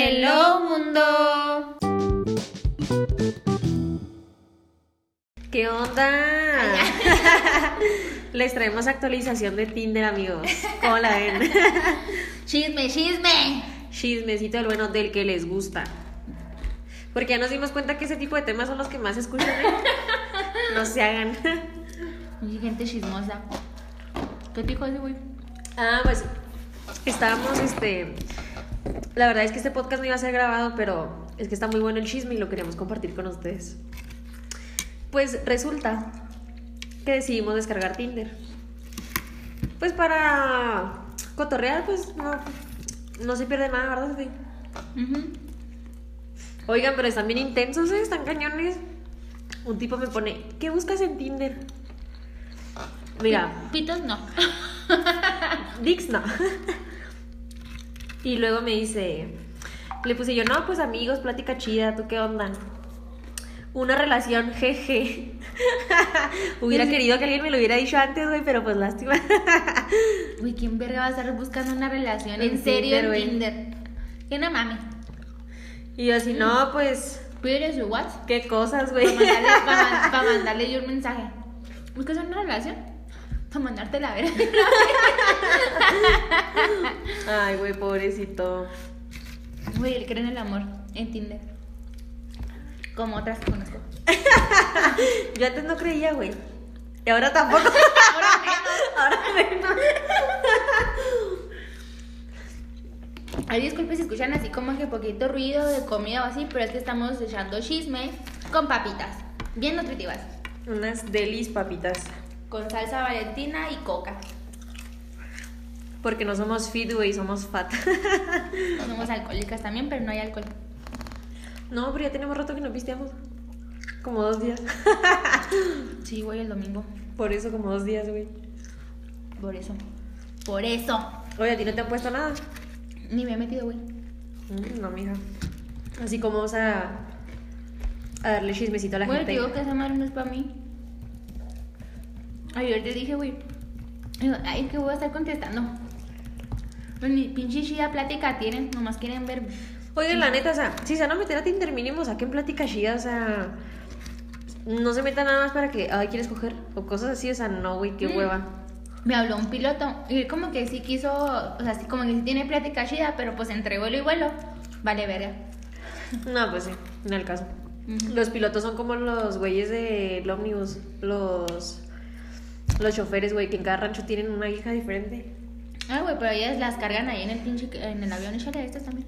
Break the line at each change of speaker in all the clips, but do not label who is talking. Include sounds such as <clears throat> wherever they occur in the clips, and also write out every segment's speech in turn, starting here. Hello mundo.
¿Qué onda? Les traemos actualización de Tinder, amigos. ¿Cómo la ven?
Chisme, chisme.
Chismecito del bueno del que les gusta. Porque ya nos dimos cuenta que ese tipo de temas son los que más se escuchan. ¿eh? No se hagan.
Hay gente chismosa. ¿Qué te dijo ese güey?
Ah, pues estábamos, este... La verdad es que este podcast no iba a ser grabado, pero es que está muy bueno el chisme y lo queríamos compartir con ustedes. Pues resulta que decidimos descargar Tinder. Pues para cotorrear, pues no, no se pierde nada, ¿verdad? Sofi?
Ujú.
Oigan, pero están bien intensos, ¿eh? están cañones. Un tipo me pone, ¿qué buscas en Tinder? Mira,
Pitos <laughs> no.
Dix no. y luego me dice, le puse yo, no, pues amigos, plática chida, ¿tú qué onda? Una relación, jeje. <laughs> hubiera querido que alguien me lo hubiera dicho antes, güey, pero pues lástima.
Güey, ¿quién verga va a estar buscando una relación?
En
En serio,
Tinder,
en
güey.
Tinder. Que no mames.
y yo así, no, pues,
Pídele su WhatsApp
qué cosas,
para
güey.
mandarle, pa man- pa mandarle yo un mensaje. ¿Buscas una relación? Para mandarte la verga. <laughs>
Ay, güey, pobrecito.
Güey, él cree en el amor en Tinder. Como otras que conozco.
Yo antes no creía, güey. Y ahora tampoco. <laughs>
Ahora
ahora menos.
Ay, disculpe si escuchan así como que poquito ruido de comida o así, pero es que estamos echando chisme con papitas, bien nutritivas,
Unas delis papitas.
con salsa valentina y coca.
Porque no somos fit, güey, somos fat. <laughs>
Somos alcohólicas también, pero no hay alcohol.
No, pero ya tenemos rato que no pisteamos. Como dos días.
Sí, güey, el domingo.
Por eso, como dos días, güey.
Por eso. Por eso.
Oye, ¿a ti no te han puesto nada?
Ni me he metido, güey.
Mm, no, mija. Así como vamos a, a darle chismecito a la
Bueno, te
gente.
digo que esa madre no es para mí. Ayer te dije, güey. digo, Ay, que voy a estar contestando. Pues ni pinche chida plática tienen, nomás quieren verme.
Oigan, la neta, o sea, si se van a meter a Tinder mínimo, saquen plática chida, o sea... No se metan nada más para que, ay, ¿quieres coger? O cosas así, o sea, no, güey, qué
Mm.
hueva.
Me habló un piloto y él como que sí quiso, o sea, sí como que sí tiene plática chida, pero pues entre vuelo y vuelo, vale verga.
No, pues sí, en el caso.
Ujú.
Los pilotos son como los güeyes del ómnibus, los... Los choferes, güey, que en cada rancho tienen una hija diferente.
Ah, güey, pero ellas las cargan ahí en el pinche, en el avión, échale a estas también.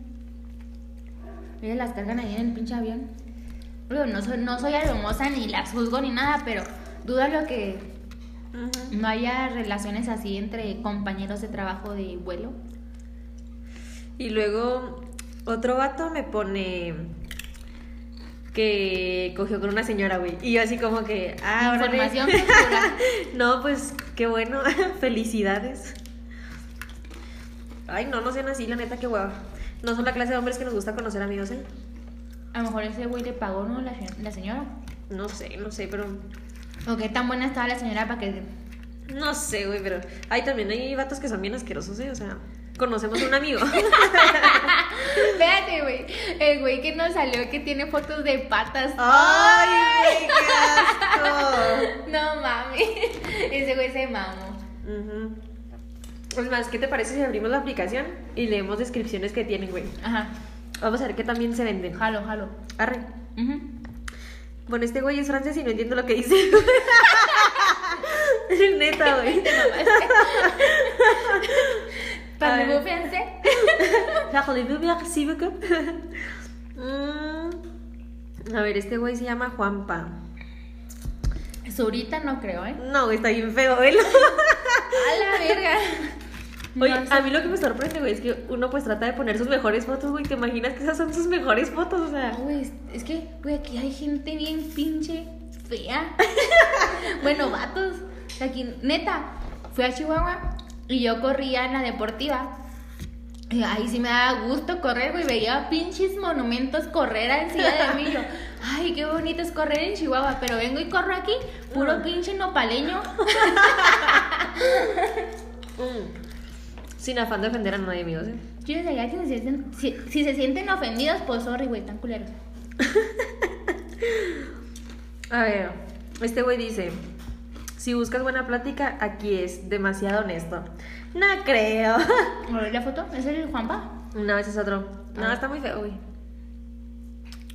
Ellas las cargan ahí en el pinche avión. Digo, no soy, no soy hermosa ni las juzgo ni nada, pero duda lo que no haya relaciones así entre compañeros de trabajo de vuelo.
Y luego otro vato me pone que cogió con una señora, güey. Y yo así como que, ah, órale.
Información cultural.
<laughs> no, pues qué bueno, <laughs> felicidades. Ay, no, no sean así, la neta, qué hueva. No son la clase de hombres que nos gusta conocer amigos, ¿eh?
A lo mejor ese güey le pagó, ¿no? La, se- la señora.
No sé, no sé, pero...
O qué tan buena estaba la señora para que
No sé, güey, pero... Ay, también hay vatos que son bien asquerosos, ¿eh? O sea, conocemos a un
<laughs>
amigo. <laughs>
Espérate, güey. El güey que nos salió que tiene fotos de patas.
¡Ay, güey, qué asco!
No mami. <laughs> Ese güey se mamó.
Ujú. Es más, ¿qué te parece si abrimos la aplicación y leemos descripciones que tienen, güey?
Ajá.
Vamos a ver qué también se venden.
Jalo, jalo.
Arre.
Ujú.
Bueno, este güey es francés y no entiendo lo que dice. <laughs> Neta, güey.
Para
<laughs> A
mí,
ver.
fíjense.
Parlez-vous merci beaucoup? Mm. A ver, este güey se llama Juanpa.
Zurita no creo, ¿eh?
No, güey, está bien feo, güey.
A la verga.
Oye,
No sé.
a mí lo que me sorprende, güey, es que uno pues trata de poner sus mejores fotos, güey. ¿Te imaginas que esas son sus mejores fotos? O sea,
No, güey, es- es que, güey, aquí hay gente bien pinche fea. bueno, vatos. O sea, Aquí, neta, fui a Chihuahua y yo corría en la deportiva. Y Ahí sí me daba gusto correr, güey. Veía pinches monumentos correr encima de mí. y yo, Ay, qué bonito es correr en Chihuahua. Pero vengo y corro aquí, puro
Mm.
pinche nopaleño.
mm. sin afán de ofender a nadie, amigos, ¿eh?
Yo les diría que si se sienten, si, si se sienten ofendidos, pues sorry, güey, tan culeros.
A ver, este güey dice, si buscas buena plática, aquí es demasiado honesto. No creo. <laughs>
¿Me ves la foto? ¿Es el Juanpa?
Una vez es otro. No,
Ah.
está muy feo, güey.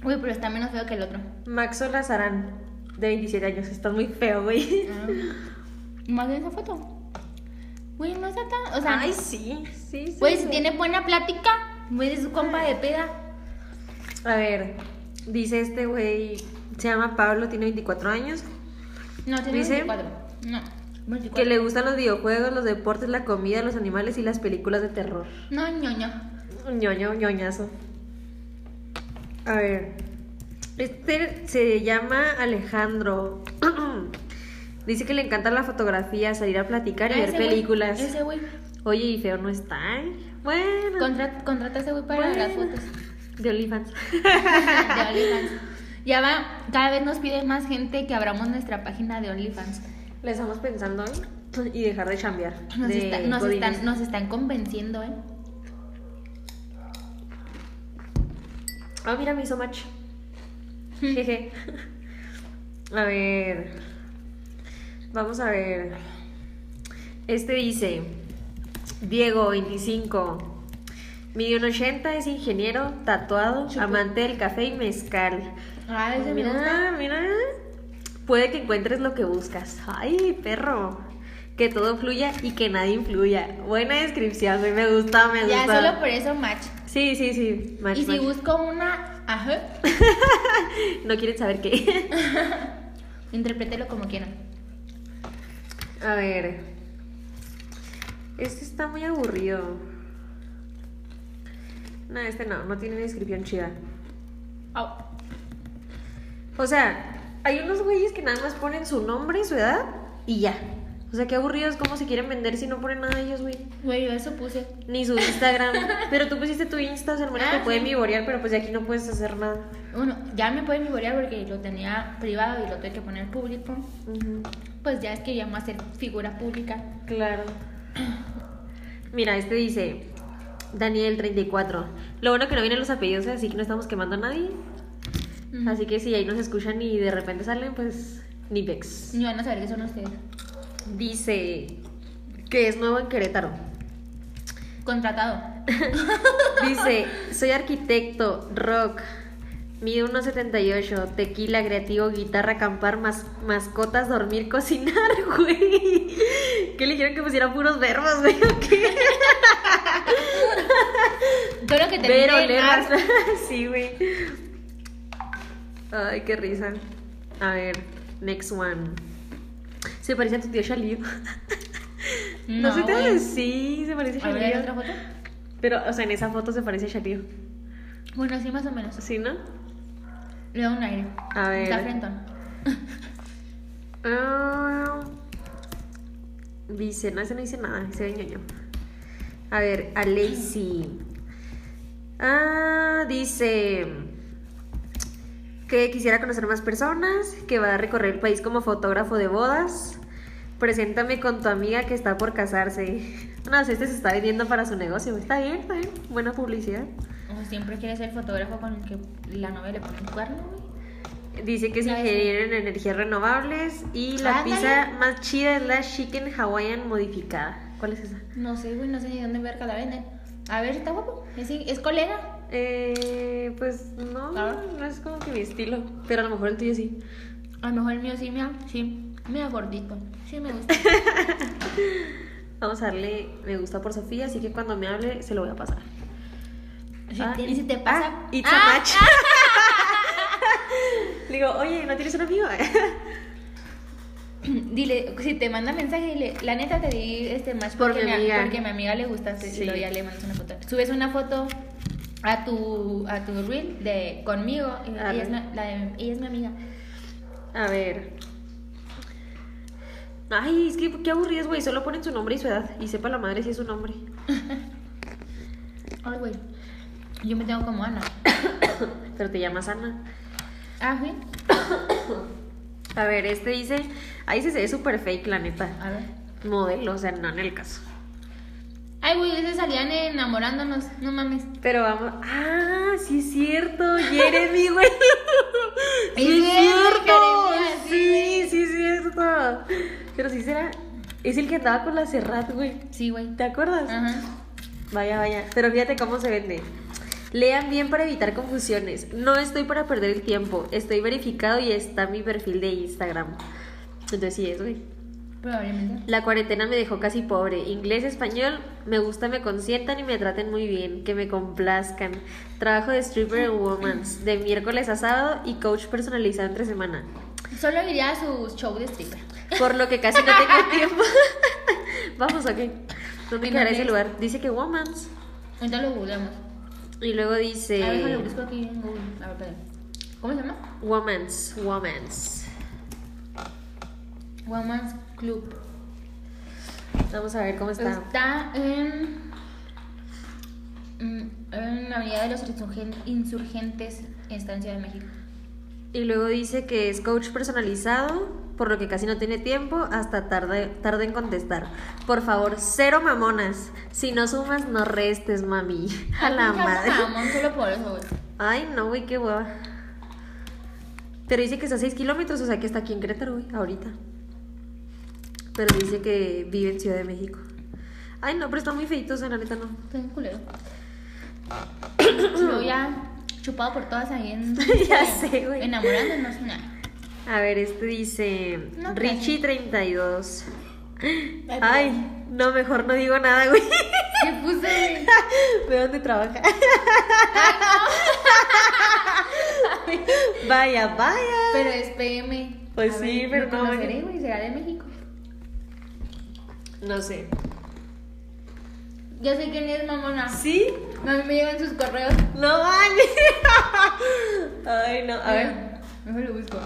Uy, pero está menos feo que el otro.
Maxo Lazarán, de 27 años. Está muy
<laughs>
feo, güey.
Ah. Más de esa foto. Güey, no está tan. O sea,
Ay, sí, sí, sí.
güey,
sí.
si tiene buena plática, güey, es su compa de peda.
A ver, dice este güey, se llama Pablo, tiene 24 años,
No, tiene
Dice-
24. No, 24.
que le gustan los videojuegos, los deportes, la comida, los animales y las películas de terror.
No, ñoño.
Un ñoño, ñoñazo. A ver, este se llama Alejandro. <clears throat> dice que le encanta la fotografía, salir a platicar y
Ah,
ver
ese güey,
películas.
Ese güey.
Oye, y feo no está, ¿eh? Bueno.
Contra, contrata a ese güey para
bueno.
las fotos.
De OnlyFans. <laughs>
de OnlyFans. Ya va, cada vez nos pide más gente que abramos nuestra página de OnlyFans.
Le estamos pensando, ¿eh? Y dejar de chambear.
Nos,
de
está- nos
godines.
están, nos están convenciendo, ¿eh?
Ah, mira, me hizo match. Jeje. A ver. Vamos a ver. Este dice: Diego, 25. Mide un 80, es ingeniero, tatuado,
Chupo.
amante del café y mezcal.
Ah, ese me gusta.
mira, mira. Puede que encuentres lo que buscas. Ay, perro. Que todo fluya y que nadie influya. Buena descripción, güey, me gusta, me
Ya
gusta.
solo por eso match.
Sí, sí, sí. match,
y si
match.
busco una, ajá,
No quieren saber qué.
interprételo como quieran.
A ver. Este está muy aburrido. No, este no, no tiene descripción chida.
Au.
O sea, hay unos güeyes que nada más ponen su nombre y su edad y ya. O sea, qué aburrido es como se quieren vender si no ponen nada de ellos, güey.
Güey, yo eso puse.
Ni
<laughs>
su Instagram. pero tú pusiste tu Insta, o sea, hermana,
Ah,
te pueden
sí.
vivorear, pero pues de aquí no puedes hacer nada.
Bueno, ya me pueden vivorear porque lo tenía privado y lo tuve que poner público. Pues ya es que ya me voy a hacer figura pública.
Claro. Mira, este dice Daniel 34. Lo bueno que no vienen los apellidos, así que no estamos quemando a nadie.
Ujú.
Así que si ahí nos escuchan y de repente salen, pues ni pex.
Ni van a saber que son ustedes.
Dice que es nuevo en Querétaro.
Contratado.
<laughs> Dice, soy arquitecto, rock, mide 1.78, tequila, creativo, guitarra, acampar, mas- mascotas, dormir, cocinar, <laughs> güey. ¿Qué le dijeron que pusiera puros verbos, <laughs> güey? ¿O qué?
Todo lo que te
Pero
meten, ah,
lemas. <laughs> sí, güey. Ay, qué risa. A ver, next one. Se parece a tu tío Shalío. No, sé te
güey.
Sí, se parece a
A ver, ¿hay otra
Shalío.
foto?
Pero, o sea, en esa foto se parece a Shalío.
Bueno, sí, más o menos.
¿Sí, no?
Le da un aire.
A ver.
Está frentón.
Ah, dice, no, ese no dice nada, se ve ñoño. A ver, Alexi. Ah, dice que quisiera conocer más personas, que va a recorrer el país como fotógrafo de bodas. Preséntame con tu amiga que está por casarse. <laughs> No sé, este se está vendiendo para su negocio. Está bien, está bien. Buena publicidad.
O siempre quiere ser fotógrafo con el que la novia le pone un cuerno, güey.
Dice que es
Ya, sí.
ingeniero en energías renovables y la
Ándale.
pizza más chida es la chicken hawaiian modificada. ¿Cuál es esa?
No sé, güey, no sé ni dónde verga la venden. A ver, está guapo. Es, es colega.
Eh, pues no,
Ah.
no es como que mi estilo, pero a lo mejor el tuyo sí.
A lo mejor el mío sí, mira, sí, mira gordito. Sí, me <laughs> gusta.
Vamos a darle me gusta por Sofía, así que cuando me hable se lo voy a pasar.
Si
Ah,
te-
y-
y si te pasa.
ah, it's
Ah,
a match. Le <laughs> digo, oye, ¿no tienes un amigo? <laughs>
Dile, si <clears throat> te manda mensaje, dile, la neta te di este match
Por
porque,
mi
mi, a-
amiga.
porque mi amiga le gustaste
Sí.
y luego ya le mandas una foto. Subes una foto a tu a tu reel de conmigo y
Ah,
ella es,
reel.
mi- la de- ella es mi amiga.
a ver. Ay, es que qué aburridos, güey. Solo ponen su nombre y su edad. Y sepa la madre si es su nombre.
Ay, güey. Yo me tengo como Ana.
Pero te llamas Ana.
Ah, sí.
A ver, este dice. Ahí se ve súper fake, la neta.
A ver.
Modelo, o sea, no en el caso.
Ay, Ay, güey, se salían enamorándonos, no mames.
Pero vamos. Ah, sí es cierto. <laughs> Jeremy, güey.
Es
Sí es
cierto,
cierto.
Jeremías,
Sí, sí es cierto. Pero sí será. Es el que andaba con la Serrat, güey.
Sí, güey.
¿Te acuerdas?
Ajá.
Vaya, vaya. Pero fíjate cómo se vende. Lean bien para evitar confusiones. No estoy para perder el tiempo. Estoy verificado y está mi perfil de Instagram. Entonces sí es, güey.
Probablemente.
La cuarentena me dejó casi pobre. Inglés, español, me gusta, me consientan y me traten muy bien, que me complazcan. Trabajo de stripper en Woman's, de miércoles a sábado y coach personalizado entre semana.
Solo iría a sus shows de stripper.
Por lo que casi no
<laughs>
tengo tiempo. <laughs> Vamos, ok. ¿Dónde quedará ese lugar? Dice que Woman's.
Ahorita lo googleamos.
Y luego
A ver, déjalo,
dice
busco aquí en Google. A ver, espera. ¿Cómo se llama?
Woman's, Woman's.
Woman's Club.
Vamos a ver cómo está.
Está en. mm, En la Avenida de los Insurgen- Insurgentes, está en Ciudad de México.
Y luego dice que es coach personalizado, por lo que casi no tiene tiempo, hasta tarde, tarde en contestar. Por favor, cero mamonas. Si no sumas, no restes, mami. <laughs> A la
Ay,
madre.
Jamón, solo por eso, güey.
Ay, no, güey, qué hueva. Pero dice que está a 6 kilómetros, o sea que está aquí en Querétaro, güey, ahorita. Pero dice que vive en Ciudad de México. Ay, no, pero está muy feito, o sea, la neta no.
Está bien culero. Luego ya chupado por todas ahí en.
<laughs> Ya sé, güey.
Enamorándonos, nada.
A ver, este dice
No,
Richie 32.
Ay,
Ay, no, mejor no digo nada, güey.
¿Qué puse, güey?
¿De dónde trabaja? vaya, vaya.
Pero es PM.
Pues
A
sí,
ver,
pero
lo
no,
conoceré,
güey.
güey, será de México.
No sé.
Ya sé quién es mamona.
¿Sí?
A mí me llegan sus correos.
No vale. Ay, no. A ver.
Mejor lo busco.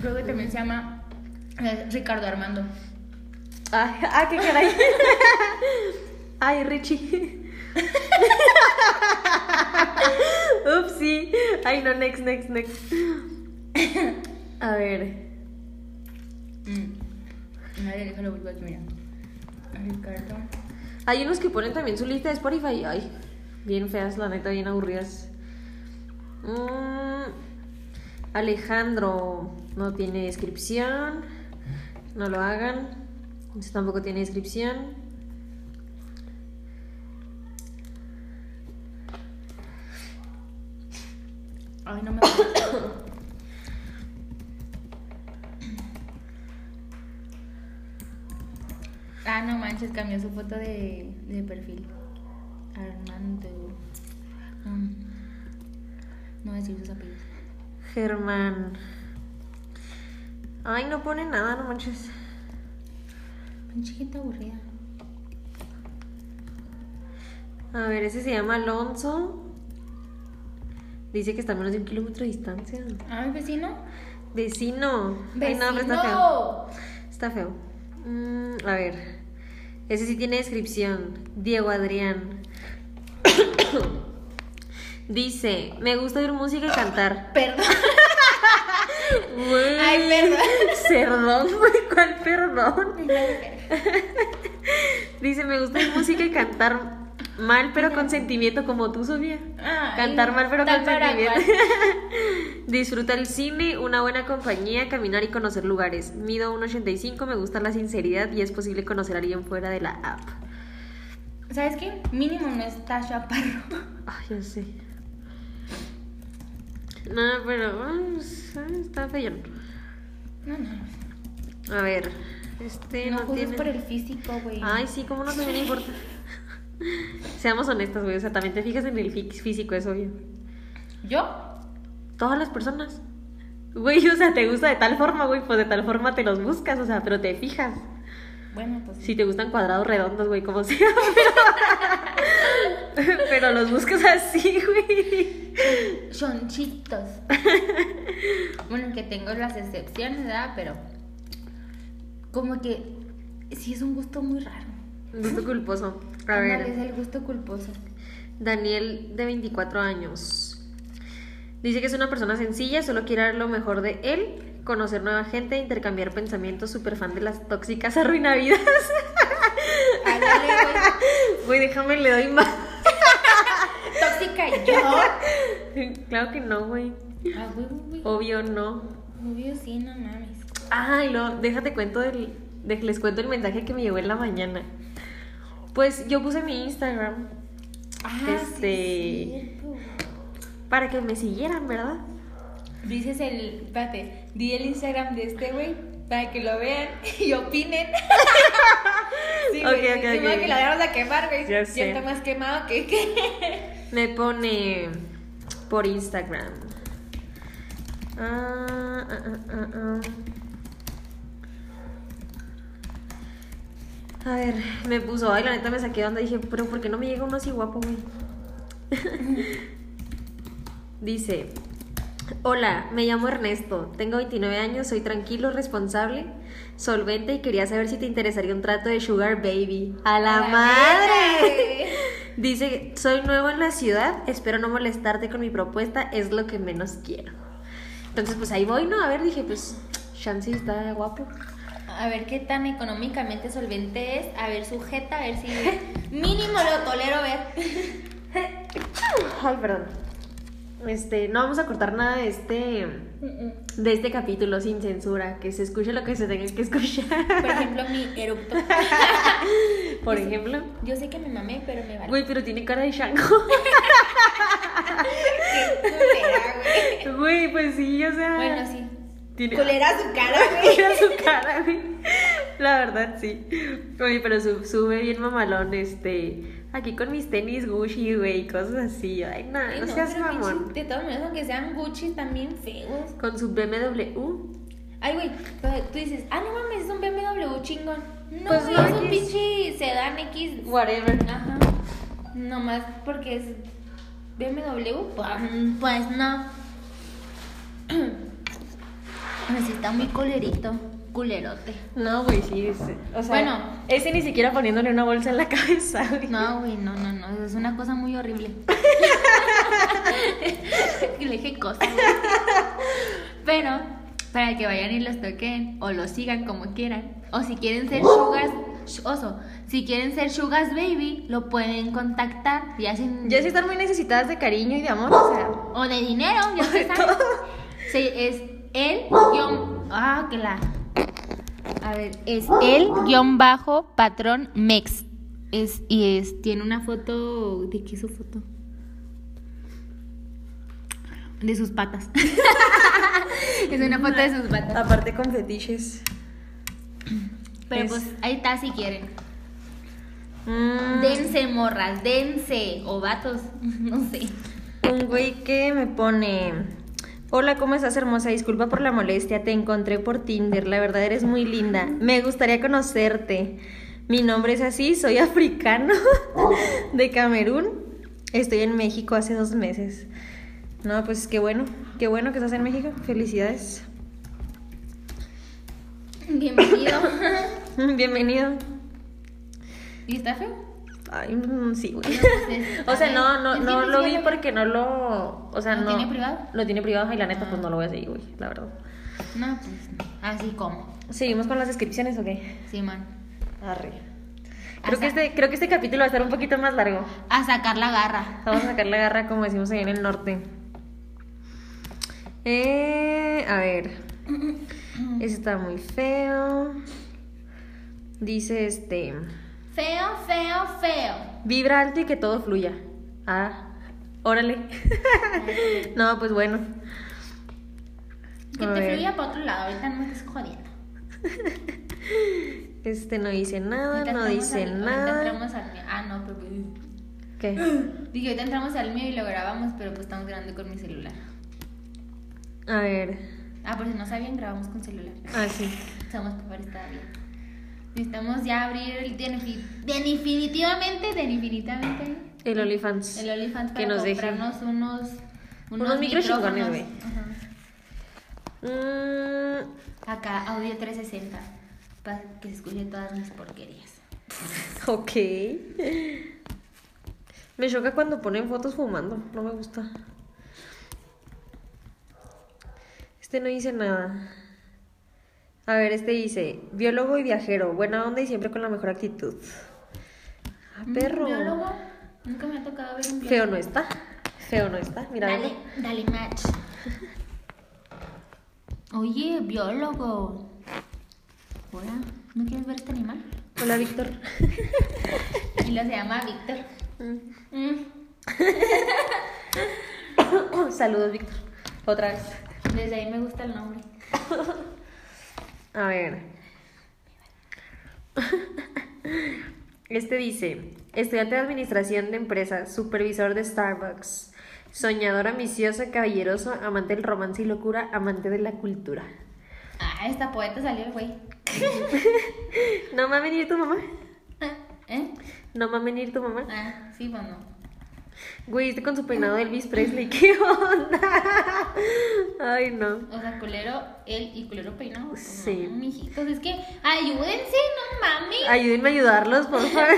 Creo que también se llama eh, Ricardo Armando.
Ay, ah, qué caray. Ay, Richie. Upsi. Ay, no, next, next, next. A ver.
Mm. Nadie déjalo busco aquí, mira. Ricardo.
Hay unos que ponen también su lista de Spotify. Ay, bien feas, la neta, bien aburridas. Mm, Alejandro no tiene descripción. No lo hagan. Este tampoco tiene descripción.
Ay, no me acuerdo. <coughs> Ah, no manches, cambió su foto de, de perfil. Armando. Mm. No voy a decir sus apellidos.
Germán. Ay, no pone nada, no manches.
Pinche gente aburrida.
A ver, ese se llama Alonso. Dice que está a menos de un kilómetro de distancia.
Ay, vecino.
Vecino. Ay, no, pero está feo.
¡Vecino!
Está feo. Mm, a ver. Ese sí tiene descripción. Diego Adrián. <coughs> Dice, me gusta oír música y cantar.
Perdón.
Güey.
Ay, <laughs> perdón.
Perdón, güey, ¿cuál perdón? Dice, me gusta oír música y cantar mal, pero con sentimiento, como tú, Sofía.
Ay,
Cantar mal, pero
tal
con
para
sentimiento.
cual.
<laughs> Disfruta el cine, una buena compañía, caminar y conocer lugares. Mido 1,85, me gusta la sinceridad y es posible conocer a alguien fuera de la app.
<laughs> ¿Sabes qué? Mínimo no está chaparro. <laughs>
Ay, ya sé. No, pero ah, está feo.
No, no.
A ver, este
no
no,
juzgues
tiene.
por el físico, güey.
Ay, sí, cómo no se me importa. <laughs> Seamos honestas, güey. O sea, también te fijas en el fí- físico, es obvio.
¿Yo?
Todas las personas. Güey, o sea, te gusta de tal forma, güey, pues de tal forma te los buscas, o sea, pero te fijas.
Bueno, pues.
Si te gustan cuadrados redondos, güey, como <laughs> sea. Pero, pero los buscas así, güey.
Chonchitos.
<laughs>
bueno, que tengo las excepciones, ¿verdad? Pero. Como que. Sí, es un gusto muy raro.
Gusto culposo. A
Ándale,
ver.
Es el gusto culposo.
Daniel, de 24 años. Dice que es una persona sencilla, solo quiere dar lo mejor de él, <laughs> conocer nueva gente, intercambiar pensamientos, súper fan de las tóxicas arruinavidas.
dale,
<laughs>
güey.
Güey, déjame, le doy más. <laughs>
Tóxica y yo.
claro que no, güey.
Ah, güey, güey, güey.
Obvio no.
Obvio, sí, no mames.
Ay, no, déjate cuento del. de- les cuento el mensaje que me llegó en la mañana. Pues yo puse mi Instagram
Ah,
Este-
sí, cierto.
para que me siguieran, ¿verdad?
Dices el. Espérate, di el Instagram de este güey para que lo vean <laughs> y
<laughs>
opinen. sí, güey.
Ok, ok,
sí,
ok.
modo que la vamos a quemar, güey.
Ya
Ya,
sé.
está más quemado que. que...
Me pone por Instagram. Ah, ah, ah, ah, ah. A ver, me puso, ay, la neta me saqué de onda. Dije, pero ¿por qué no me llega uno así guapo, güey? <laughs> Dice, hola, me llamo Ernesto, tengo 29 años, soy tranquilo, responsable, solvente y quería saber si te interesaría un trato de Sugar Baby. ¡A
<laughs>
<laughs> la, madre! Dice, soy nuevo en la ciudad, espero no molestarte con mi propuesta, es lo que menos quiero. Entonces, pues ahí voy, ¿no? A ver, dije, pues, Shansi está guapo.
A ver qué tan económicamente solvente es. A ver, sujeta, a ver
<laughs>
si. Mínimo lo tolero ver.
Ay, perdón. Este, no vamos a cortar nada de este, de este capítulo sin censura, que se escuche lo que se tenga que escuchar.
Por ejemplo,
<laughs>
mi eructo.
Por ejemplo.
Yo sé que me mamé, pero me vale.
Güey, pero tiene cara de Shango. <laughs>
Qué culera, güey.
Güey, pues sí, o sea.
Bueno, sí.
<laughs> Tiene...
Culera su cara, güey.
Mira su cara, güey. La verdad, sí. Oye, pero su- sube bien mamalón, este. Aquí con mis tenis Gucci, güey, y cosas así. Ay, no,
Ay,
no seas
pero
mamón.
pinches- De todas maneras, aunque sean Gucci, también feos.
Con su BMW.
Ay, güey, pero tú dices, ah, no mames, es un BMW chingón. No,
Pues
güey,
no,
es un
X.
pinche sedán X.
Whatever.
Ajá. Nomás porque es BMW, pues, pues no. <clears throat> Pero sí Pues, está muy culerito, culerote.
No, güey, sí. es- o sea,
Bueno.
ese ni siquiera poniéndole una bolsa en la <laughs> cabeza, güey.
<laughs> No, güey, no, no, no, es una cosa muy horrible. <laughs> Y Le dije cosa, güey. Pero, para que vayan y los toquen, o los sigan como quieran, o si quieren ser sugars, sh- oso, si quieren ser sugars baby, lo pueden contactar y hacen...
Ya sí están muy necesitadas de cariño y de amor, o sea.
O de dinero, ya se sabe. Sí, es el guión... Ah, que la... A ver, es el guión bajo patrón mex. Es, y es, tiene una foto... ¿De qué es su foto? De sus patas. <laughs> es una foto de sus patas.
Aparte con fetiches.
Pero
Es-
pues ahí está si quieren.
Mm,
Dense, morras, dense. O vatos, <laughs> no sé.
Un güey que me pone. Hola, ¿cómo estás, hermosa? Disculpa por la molestia, te encontré por Tinder, la verdad eres muy linda. Me gustaría conocerte. Mi nombre es así, soy <laughs> africano de Camerún. Estoy en México hace dos meses. No, pues qué bueno, qué bueno que estás en México. Felicidades. <laughs>
<laughs> Bienvenido.
Bienvenido.
¿Y está feo?
Ay, mm, sí, güey.
No, pues, es-
<laughs> O
a
sea,
ver,
no, no,
¿quién
no
tiene
lo
cielo?
vi porque no lo. O sea,
¿Lo
no.
tiene privado?
Lo tiene privado y la neta, pues
Ah.
no lo voy a seguir, güey, la verdad.
No, pues no. Así como.
¿Seguimos con las descripciones o qué?
Simón.
Arre. Creo que,
Ajá.
este, creo que este capítulo va a estar un poquito más largo.
A sacar la garra.
Vamos a sacar la garra, como decimos ahí en el norte. Eh, a ver. Ese está muy feo. Dice este.
Feo, feo, feo.
Vibra alto y que todo fluya. Ah, órale. <laughs> no, pues bueno.
Que
A
te
ver.
fluya para otro lado. Ahorita no me estés jodiendo.
Este no dice nada,
Ahorita
no
entramos
dice
al- Ahorita
nada.
entramos al mío. Ah, no, pero.
¿Qué?
Dije, ahorita entramos al mío y lo grabamos, pero pues estamos grabando con mi celular.
A ver.
Ah, por si no sabían, grabamos con celular. <laughs>
Ah, sí.
Somos pobres todavía. Necesitamos ya abrir el. defi- Definitivamente, definitivamente.
El OnlyFans.
El OnlyFans
Que
para
nos deje.
comprarnos unos.
Unos micro
micrófonos.
chingones, güey.
Ajá.
Mm,
Acá, audio 360, para que se escuchen todas mis porquerías.
ok. Me choca cuando ponen fotos fumando. No me gusta. Este no dice nada. A ver, este dice, biólogo y viajero, buena onda y siempre con la mejor actitud. Ah, perro.
Mm, Biólogo. Nunca me ha tocado ver un biólogo.
Feo no está. Feo no está. Mira,
Dale,
venga.
dale match. <laughs> Oye, biólogo. Hola, ¿no quieres ver este animal?
Hola, Víctor. <coughs>
Y lo se llama Víctor. Mm.
Saludos, Víctor. Otra vez.
Desde ahí me gusta el nombre.
A ver. <laughs> Este dice, estudiante de administración de empresas, supervisor de Starbucks, soñador ambicioso, caballeroso, amante del romance y locura, amante de la cultura. <laughs>
Ah, esta poeta salió el güey.
¿No mames ir tu mamá?
¿Eh?
¿No mames ir tu mamá?
Ah, sí, bueno.
Güey, este con su peinado de Elvis Presley, <laughs> ¿qué onda? Ay, no.
O sea, culero él y culero peinado. pues,
Sí.
No, mijitos, es que ayúdense, no mames.
Ayúdenme a ayudarlos, por favor.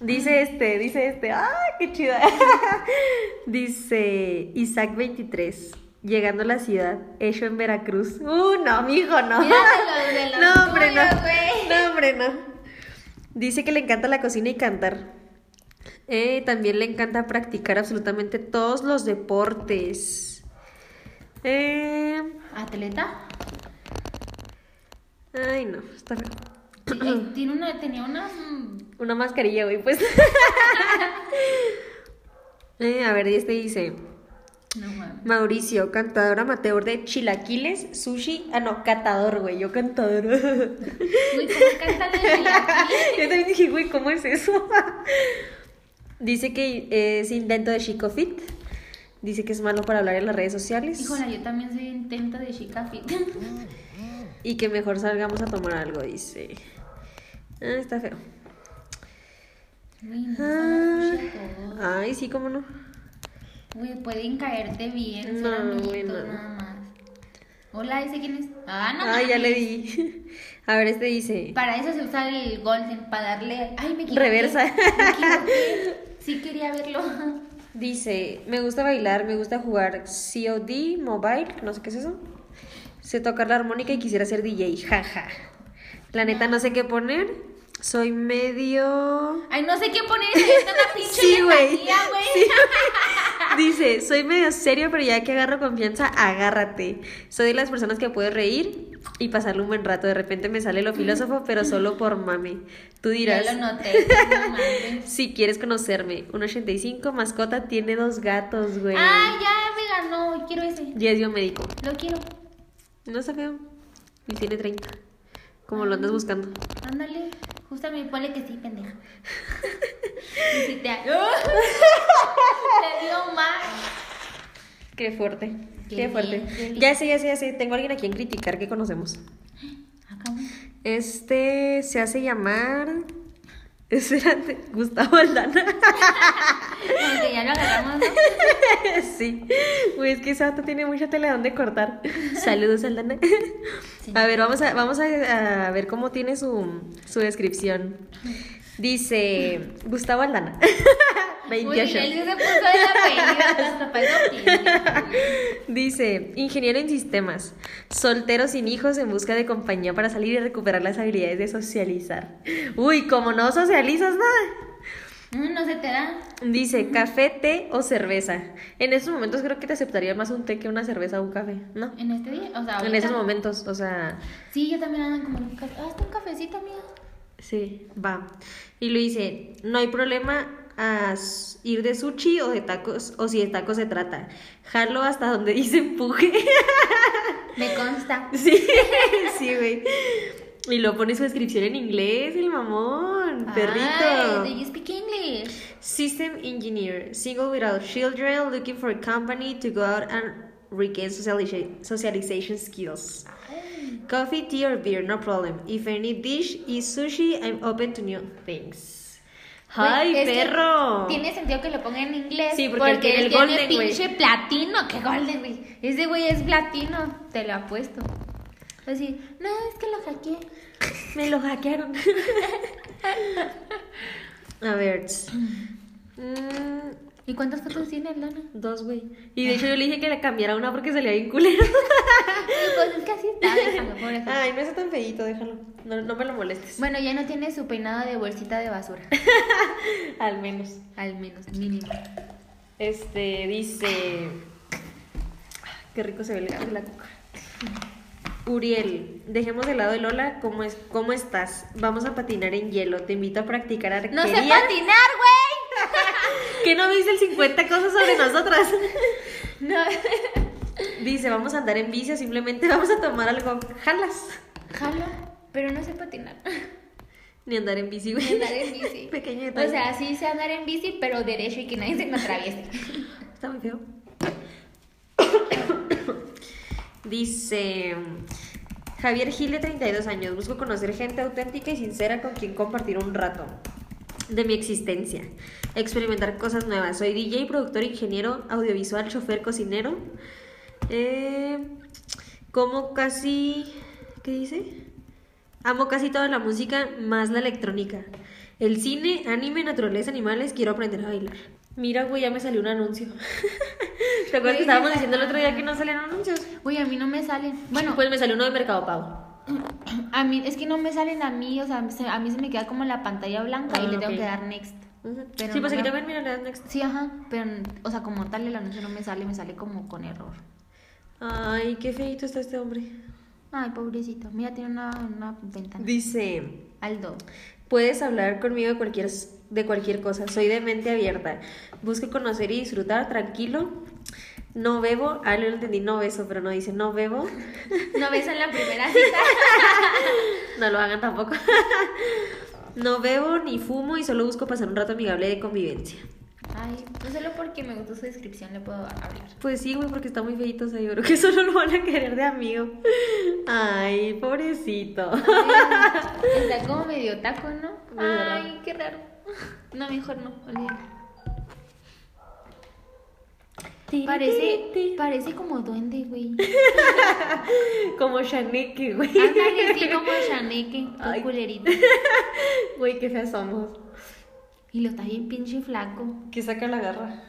Dice este, dice este. ¡Ah, qué chida! <laughs> Dice Isaac 23. Llegando a la ciudad, hecho en Veracruz. ¡Uh, no, mijo, no!
Mira de los- de los
<laughs> no, hombre, no.
tuyos, güey.
No, hombre, no. Dice que le encanta la cocina y cantar. Eh, también le encanta practicar absolutamente todos los deportes. Eh,
¿Atleta?
ay, no, está feo. <clears throat>
Sí, eh, tiene una, tenía una. mm,
Una mascarilla,
<laughs>
güey, pues. Eh, a ver, y este dice.
No mames.
Mauricio, cantador amateur de chilaquiles, sushi. Ah, no, catador, güey, yo cantador.
<laughs>
yo
Uy, ¿cómo cantan los chilaquiles?
también dije, güey, ¿cómo es eso? <laughs> dice que es invento de Chico Fit. Dice que es malo para hablar en las redes sociales.
Híjole, yo también soy intenta de chica fit. <laughs>
Y que mejor salgamos a tomar algo, dice. Ah, está feo.
Uy, no
Ah,
estamos todos.
ay, sí, cómo no.
Uy, pueden caerte bien,
No,
ser amiguitos
bueno.
nada más. Hola, ¿ese quién es? Ah, no.
Ah, ya
mames.
le di. <laughs> A ver, este dice.
Para eso se usa el golden, para darle. Ay, me equivoqué.
Reversa.
Me equivoqué. Sí quería verlo.
Dice, me gusta bailar, me gusta jugar COD, mobile, no sé qué es eso. Sé tocar la armónica y quisiera ser DJ, jaja. La neta no sé qué poner. Soy medio...
Ay, no sé qué poner en una pinche
Sí, güey.
lejanía, güey.
Sí, Dice, soy medio serio, pero ya que agarro confianza, agárrate. Soy de las personas que puede reír y pasarle un buen rato. De repente me sale lo filósofo, pero solo por mami. Tú
<laughs>
dirás...
Ya lo noté. no mames.
Si quieres conocerme, 1.85, mascota, tiene dos gatos, güey.
Ay, ya me ganó. Quiero ese.
Ya es biomédico.
Lo quiero.
No está feo. Y tiene 30. Como lo andas buscando.
Ándale. Justamente ponle que sí,
<laughs>
pendeja. Y si te. ¡Ah! Te dio más.
Qué fuerte. Qué,
Qué bien,
fuerte.
qué bien.
Ya sé, ya sé, ya sé. Tengo a alguien a quien criticar que conocemos.
Acabo.
Este se hace llamar. <laughs> Espérate, Gustavo Aldana. <laughs>
Como que ya lo agarramos. ¿no?
sí. Güey, es que esa vato tiene mucha tela donde <laughs> cortar. Saludos, Aldana.
Sí.
A ver, vamos a, vamos a, a ver cómo tiene su, su descripción. Dice Gustavo Aldana. <laughs>
Uy,
28.
él sí se puso el apellido. Hasta para eso tiene.
Dice, ingeniero en sistemas, soltero sin hijos en busca de compañía para salir y recuperar las habilidades de socializar. Uy, como no socializas nada.
Mm, No se te da.
Dice, café, té o cerveza. En estos momentos creo que te aceptaría más un té que una cerveza o un café, ¿no?
En este día, o sea,
En
ahorita.
esos momentos, o sea,
Sí, yo también ando como un café. Ah, está un cafecito, amiga.
sí, va. Y lo dice, no hay problema a s- ir de sushi o de tacos, o si de tacos se trata. Jalo hasta donde <laughs> dice empuje.
Me consta.
Sí, <laughs> sí, güey. Y lo pone su descripción en inglés, el
Ay,
mamón,
do
perrito.
you speak English?
System engineer, single without children, looking for a company to go out and regain socializa- socialization skills. Coffee, tea or beer, no problem. If any dish is sushi, I'm open to new things. ¡Ay,
Güey, es que
perro!
Tiene sentido que lo ponga en inglés.
Sí, porque él tiene el golden, güey.
pinche platino. ¡Qué golden, güey! Ese güey es platino. Te lo apuesto. Así, no, es que lo hackeé.
Me lo
<laughs>
hackearon.
<clears throat>
A ver. Mm,
¿Y cuántas fotos tienes, Lana?
<laughs> Dos, güey. Y de hecho yo le dije que le cambiara una porque salía bien culera.
Pues es que así está, déjalo, pobre.
<laughs> Ay, no está tan feíto, déjalo. No, no me lo molestes.
Bueno, ya no tiene su peinado de bolsita de basura.
<laughs> Al menos.
Al menos, mínimo.
Este, dice. Qué rico se ve el gas de la coca. Uriel, dejemos de lado el hola. ¿Cómo, es, ¿Cómo estás? Vamos a patinar en hielo. Te invito a practicar
¡No
arquería.
sé patinar, güey!
¿Qué no viste el 50 cosas sobre nosotras? <laughs>
No.
Dice, vamos a andar en bici o simplemente vamos a tomar algo. Jalas.
Jala, pero no sé
<laughs>
patinar.
Ni andar en bici, güey.
Ni andar en bici.
Pequeño detalle.
O sea, sí sé andar en bici, pero derecho y que nadie se me atraviese.
Está muy feo. Dice Javier Gil, de 32 años. Busco conocer gente auténtica y sincera con quien compartir un rato de mi existencia. Experimentar cosas nuevas. Soy DJ, productor, ingeniero, audiovisual, chofer, cocinero. Eh, como casi. ¿Qué dice? Amo casi toda la música, más la electrónica. El cine, anime, naturaleza, animales, quiero aprender a bailar. Mira, güey, ya me salió un anuncio. <laughs> ¿Te acuerdas que
Güey,
estábamos
me
diciendo el otro día que
salió.
no salían anuncios?
Güey, a mí no me salen. Bueno,
Pues me salió uno de Mercado Pago. pues.
a mí, es que no me salen a mí, o sea, se- a mí se me queda como la pantalla blanca y
Ah,
le tengo
ok.
que dar next. Pero
sí, pues
no me-
aquí también, mira, le das next.
Sí, ajá, pero, o sea, como tal el anuncio no me sale, me sale como con error.
Ay, qué feito está este hombre.
Ay, pobrecito, mira, tiene una, una ventana.
Ah. Dice,
Aldo.
Puedes hablar conmigo de cualquier, de cualquier cosa. Soy de mente abierta. Busco conocer y disfrutar tranquilo. No bebo. Ah, lo entendí. No beso, pero no dice no bebo. <laughs>
No ves en la primera cita.
No lo hagan tampoco. <laughs> No bebo ni fumo y solo busco pasar un rato amigable de convivencia.
Ay, no solo porque me gustó su descripción le puedo
<laughs>
hablar.
Pues sí, güey, porque está muy feito. O sea, yo creo que <laughs> solo lo van a querer de amigo. Ay, pobrecito.
Está como medio taco, ¿no?
Medio raro.
Ay, qué raro. No, mejor no, olvídalo. Parece, parece como duende, güey.
Como Shaneke, güey.
Ándale, sí,
<laughs>
como Shaneke,
Ay.
tu culerito.
Güey, qué feas somos.
Y lo está bien pinche flaco. <laughs>
Que saca la garra.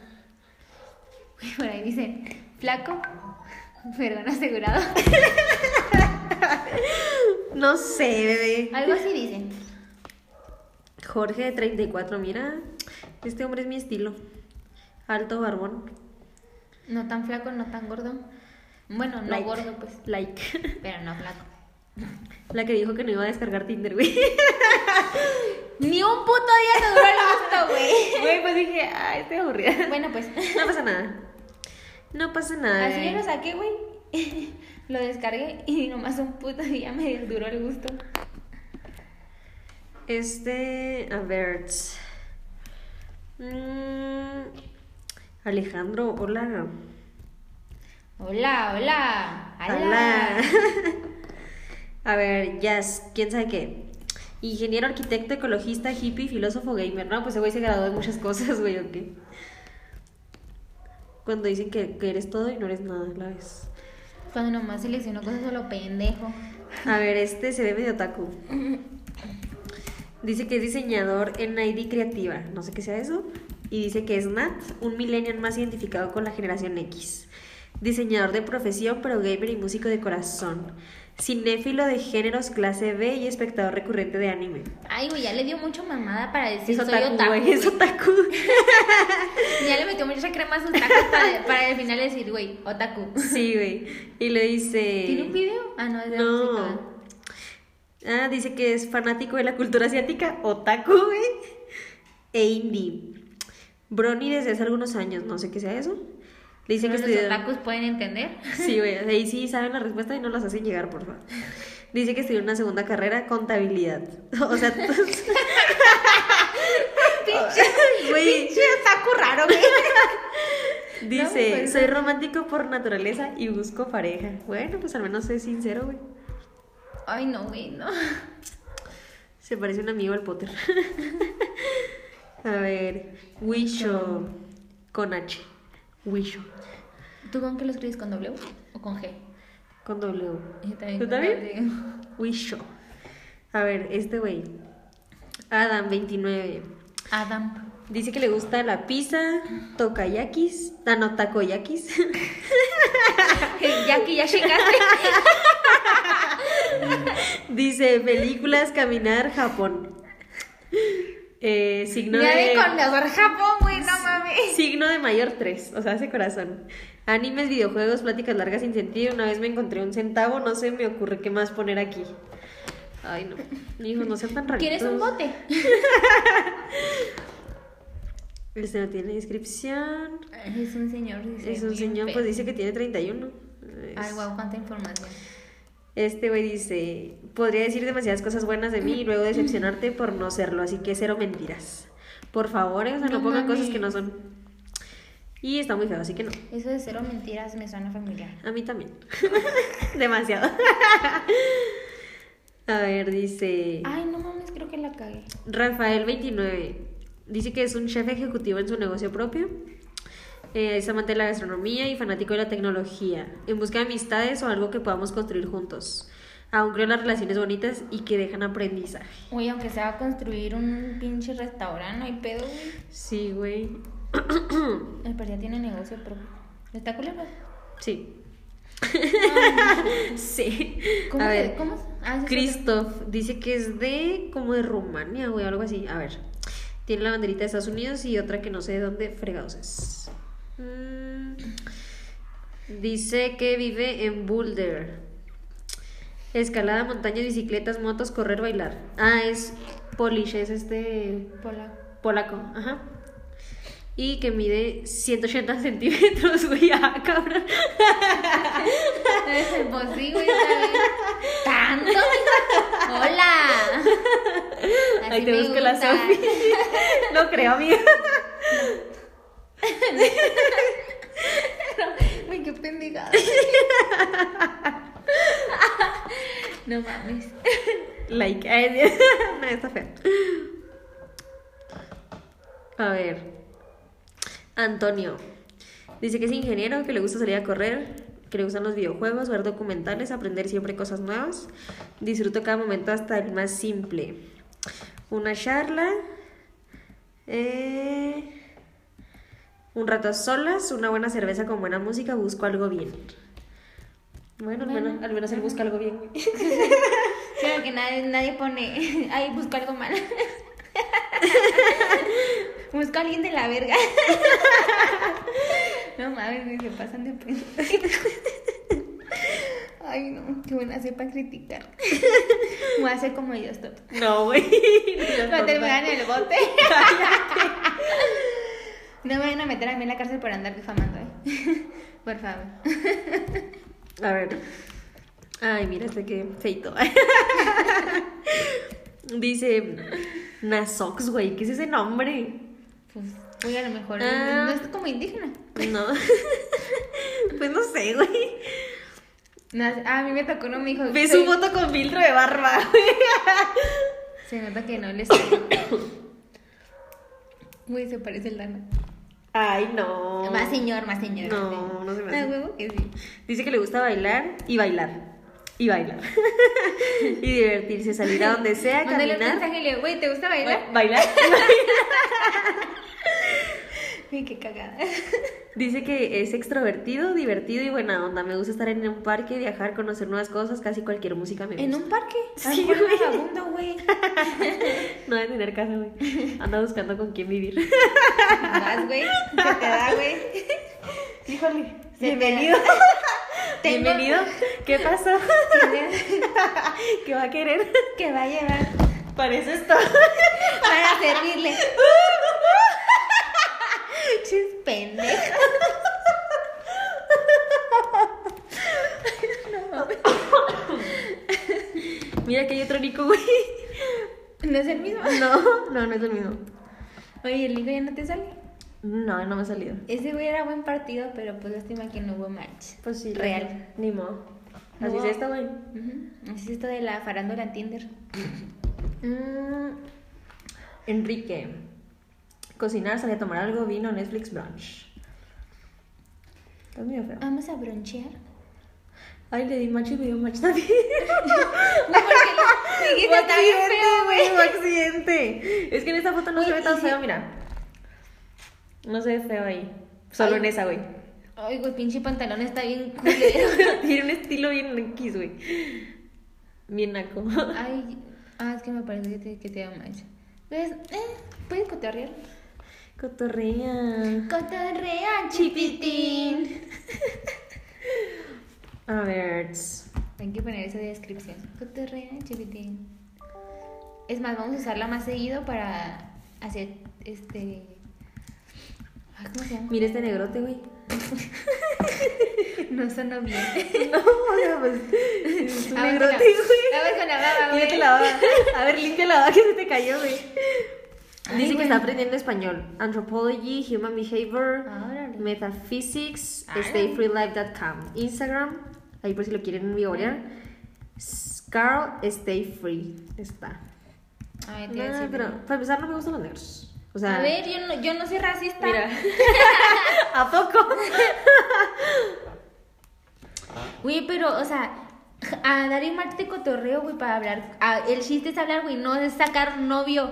Güey, por ahí dice, flaco, <laughs> perdón
<laughs>
asegurado.
No sé, bebé.
Algo así dicen.
Jorge de 34, mira. Este hombre es mi estilo. Alto barbón.
No tan flaco, no tan gordo. Bueno, no
Like.
gordo, pues.
Like. <laughs>
Pero no flaco.
La que dijo que no iba a descargar Tinder, güey.
Ni un puto día te duró el gusto, güey. <laughs>
<laughs> Güey, pues dije, ay, estoy aburrida.
Bueno, pues.
No pasa nada. No pasa nada. eh.
Así yo
bebé.
lo saqué, güey. <laughs> Lo descargué y nomás un puto día me duró el gusto.
Este, a ver. tss. Mm, Alejandro, hola.
Hola, hola.
Hola. <laughs> A ver, Jazz, quién sabe qué. Ingeniero, arquitecto, ecologista, hippie, filósofo, gamer. No, pues ese güey se graduó de muchas <laughs> cosas, güey, ¿o qué? Cuando dicen que, que eres todo y no eres nada, la vez.
Cuando nomás seleccionó cosas a lo pendejo.
A ver, este se ve medio taco. Dice que es diseñador en ID Creativa, no sé qué sea eso. Y dice que es Nat, un millennial más identificado con la generación X. Diseñador de profesión, pero gamer y músico de corazón. Cinéfilo de géneros clase B y espectador recurrente de anime.
Ay, güey, ya le dio mucho mamada para decir
Es
soy
otaku,
otaku.
güey,
güey.
es otaku.
<laughs>
<laughs>
Ya le metió mucha crema a sus tacos para, para al final decir, güey, otaku.
Sí, güey. Y le dice...
¿Tiene un video? Ah, no, es de música.
No. Ah, dice que es fanático de la cultura asiática, otaku, güey. E indie. Brony desde hace algunos años, no sé qué sea eso. Le dice
Pero
que
los
estudió.
otakus pueden entender.
<laughs> Sí, güey. Ahí sí saben la respuesta y no las hacen llegar, por favor. Dice que estudió una segunda carrera, contabilidad. <laughs> O sea, güey.
otaku raro, güey.
Dice,
pues,
soy romántico por naturaleza y busco pareja. Bueno, pues al menos es sincero, güey.
Ay, no, güey, no.
Se parece un amigo al Potter. <laughs> A ver, Wisho con H. Wisho
¿Tú con qué lo escribes? ¿Con W o con G?
con W.
Y también
¿Tú
con
también?
W.
Wisho. A ver, este güey. Adam 29.
Adam. <laughs>
Dice que le gusta la pizza, tocayakis, ah, no, takoyakis. <laughs>
Jackie, ya llegaste.
<laughs> Dice películas, caminar, Japón. Eh, signo
Ya vi
de
con los Japón, güey, no mames.
<laughs> signo de mayor 3, o sea, hace corazón. Animes, videojuegos, pláticas largas sin sentido. Una vez me encontré un centavo, no se me ocurre qué más poner aquí. Ay, no. Hijo, no sean tan raritos.
¿Quieres un bote? <laughs>
Este no tiene descripción.
Es un señor. dice,
Es un
bien
señor,
feo.
pues dice que tiene 31.
Ay,
Es-
guau, cuánta información.
Este güey dice, podría decir demasiadas cosas buenas de mí y luego decepcionarte por no serlo, así que cero mentiras. Por favor, eh, o sea, no,
No
pongan
mames.
cosas que no son. Y está muy feo, así que no.
Eso de cero mentiras me suena familiar.
A mí también. <laughs> Demasiado. <laughs> A ver, dice
Ay, no mames, creo que la cagué.
Rafael29. Dice que es un chef ejecutivo en su negocio propio. Eh, es amante de la gastronomía y fanático de la tecnología. En busca de amistades o algo que podamos construir juntos. Aún creo en las relaciones bonitas y que dejan aprendizaje.
Güey, aunque se va a construir un pinche restaurante, no hay pedo, güey.
Sí, güey.
El paría tiene negocio propio. ¿Está culero?
Sí. <laughs> sí.
¿Cómo
A
se-
ver.
cómo se- ah, sí, sí,
Christoph dice que es de como de Rumania, güey, algo así. A ver. Tiene la banderita de Estados Unidos y otra que no sé de dónde fregados es. Mm. Dice que vive en Boulder. Escalada, montaña, bicicletas, motos, correr, bailar. Ah, es Polish, es este
Pola. <laughs>
polaco. Ajá. Y que mide 180 centímetros, <laughs> güey. Ah, cabrón.
pues sí, güey, está bien. ¡Tanto! mija? ¡Hola! Así
Ahí te
me
busco la
gusta.
selfie. <laughs> No creo, amiga.
<laughs> Güey, qué
<laughs>
pendejada. no mames.
Like. Ay, Dios. <laughs> no, está feo. A ver. Antonio. Dice que es ingeniero, que le gusta salir a correr, que le gustan los videojuegos, ver documentales, aprender siempre cosas nuevas. Disfruto cada momento hasta el más simple. Una charla. eh, un rato a solas, una buena cerveza con buena música, busco algo bien. Bueno, al
Bueno.
menos, al menos él busca algo bien. güey.
Claro que nadie, nadie pone. <laughs> Ay, busco algo <laughs> mal. busco a alguien de la verga. no mames, güey, se pasan de pendejo. <laughs> Ay, no, qué buena sepa criticar. <laughs> Voy a hacer como ellos todos.
No, güey.
<laughs> Para terminar en el <laughs> bote. No me vayan a meter a mí en la cárcel por andar difamando, ¿eh? Por favor.
A ver. Ay, mira, este que feito. <laughs> Dice Nasox, güey. ¿Qué es ese nombre?
Pues, voy a lo mejor.
Ah.
No es como indígena.
No. <laughs> pues no sé, güey.
Nas- A mí me tocó uno, me dijo.
Ve
soy-
su foto con filtro de barba, güey.
Se nota que no le está. <coughs> Güey, se parece el Dana.
Ay, no.
Más señor, más señor.
No, no se me hace.
Ah, huevo que sí.
Dice que le gusta bailar y bailar. Y bailar. <laughs> y divertirse, salir a donde sea,
Mándale un
caminar.
mensaje y le digo, güey, ¿te gusta bailar?
Bailar.
Güey, qué cagada.
Dice que es extrovertido, divertido y buena onda. Me gusta estar en un parque, viajar, conocer nuevas cosas, casi cualquier música me gusta.
¿En un <laughs> parque?
Sí,
Ay,
güey.
Ah, vagabundo, güey.
No de tener casa, güey. <laughs> Anda buscando con quién vivir. <laughs>
Vas, güey. Se te da, güey.
Híjole.
Se
Bienvenido.
<laughs> Tengo-
Bienvenido. ¿Qué <laughs> pasó?
Tiene-
¿Qué va a querer?
Que va a llevar
<laughs> Parece esto.
para servirle. Chis pendejo.
<laughs> Mira que hay otro Nico, <laughs> güey.
¿No es el mismo?
No, no, no es el mismo.
Oye, el hijo ya no te sale.
No, no me ha salido.
Ese güey era buen partido, pero pues lástima que no hubo match.
Pues sí.
Real.
Ni modo. Así
No.
es esto, güey.
Ujú. Así es esto de la farándula en Tinder.
Mm, Enrique. Cocinar, salir a tomar algo, vino, Netflix, brunch. Estás medio feo.
Vamos a <laughs> bronchear.
Ay, le di match y me dio match <laughs> también.
Güey, porque le- dijiste,
Fue
está bien
accidente,
feo, güey.
güey, fue accidente. Es que en esta foto no
Güey,
se ve tan
y si-
feo, mira. No se ve feo ahí. Solo
Ay.
en
<laughs>
esa, güey.
Ay, güey, pinche pantalón está bien culero. <laughs>
Tiene un estilo bien X, güey.
<laughs>
Bien naco.
Ay, ah, es que me parece que te, que te da mancha. Pues, eh, ¿puedes cotorrear?
Cotorrea.
Cotorrea, chipitín.
A ver.
Hay que poner esa descripción. Cotorrea, chipitín. Es más, vamos a usarla más seguido para hacer este. Ay, ¿Cómo se llama? <laughs>
Mira este negrote, güey.
No sonó bien.
No, o sea, pues. <laughs> Es un
A ver,
negrote,
con la-
güey.
a ver, con la baba, güey.
Límpiate la baba. A ver, limpia la baba que se te cayó, güey.
Ay,
Dice que
güey.
está aprendiendo español. Anthropology, Human Behavior,
Ah, órale.
Metaphysics,
Ah.
StayFreeLife.com, Instagram, ahí por si lo quieren vivorear. S- Carl, Stay Free. Está.
Ay, te iba a
Nah,
decir,
pero para empezar, no me gustan los negros. O sea,
A ver, yo no, yo no soy racista.
mira. <laughs> ¿A poco?
Güey, pero, o sea, a dar y Marte cotorreo, güey, para hablar. Ah, el chiste es hablar, güey, no es sacar novio.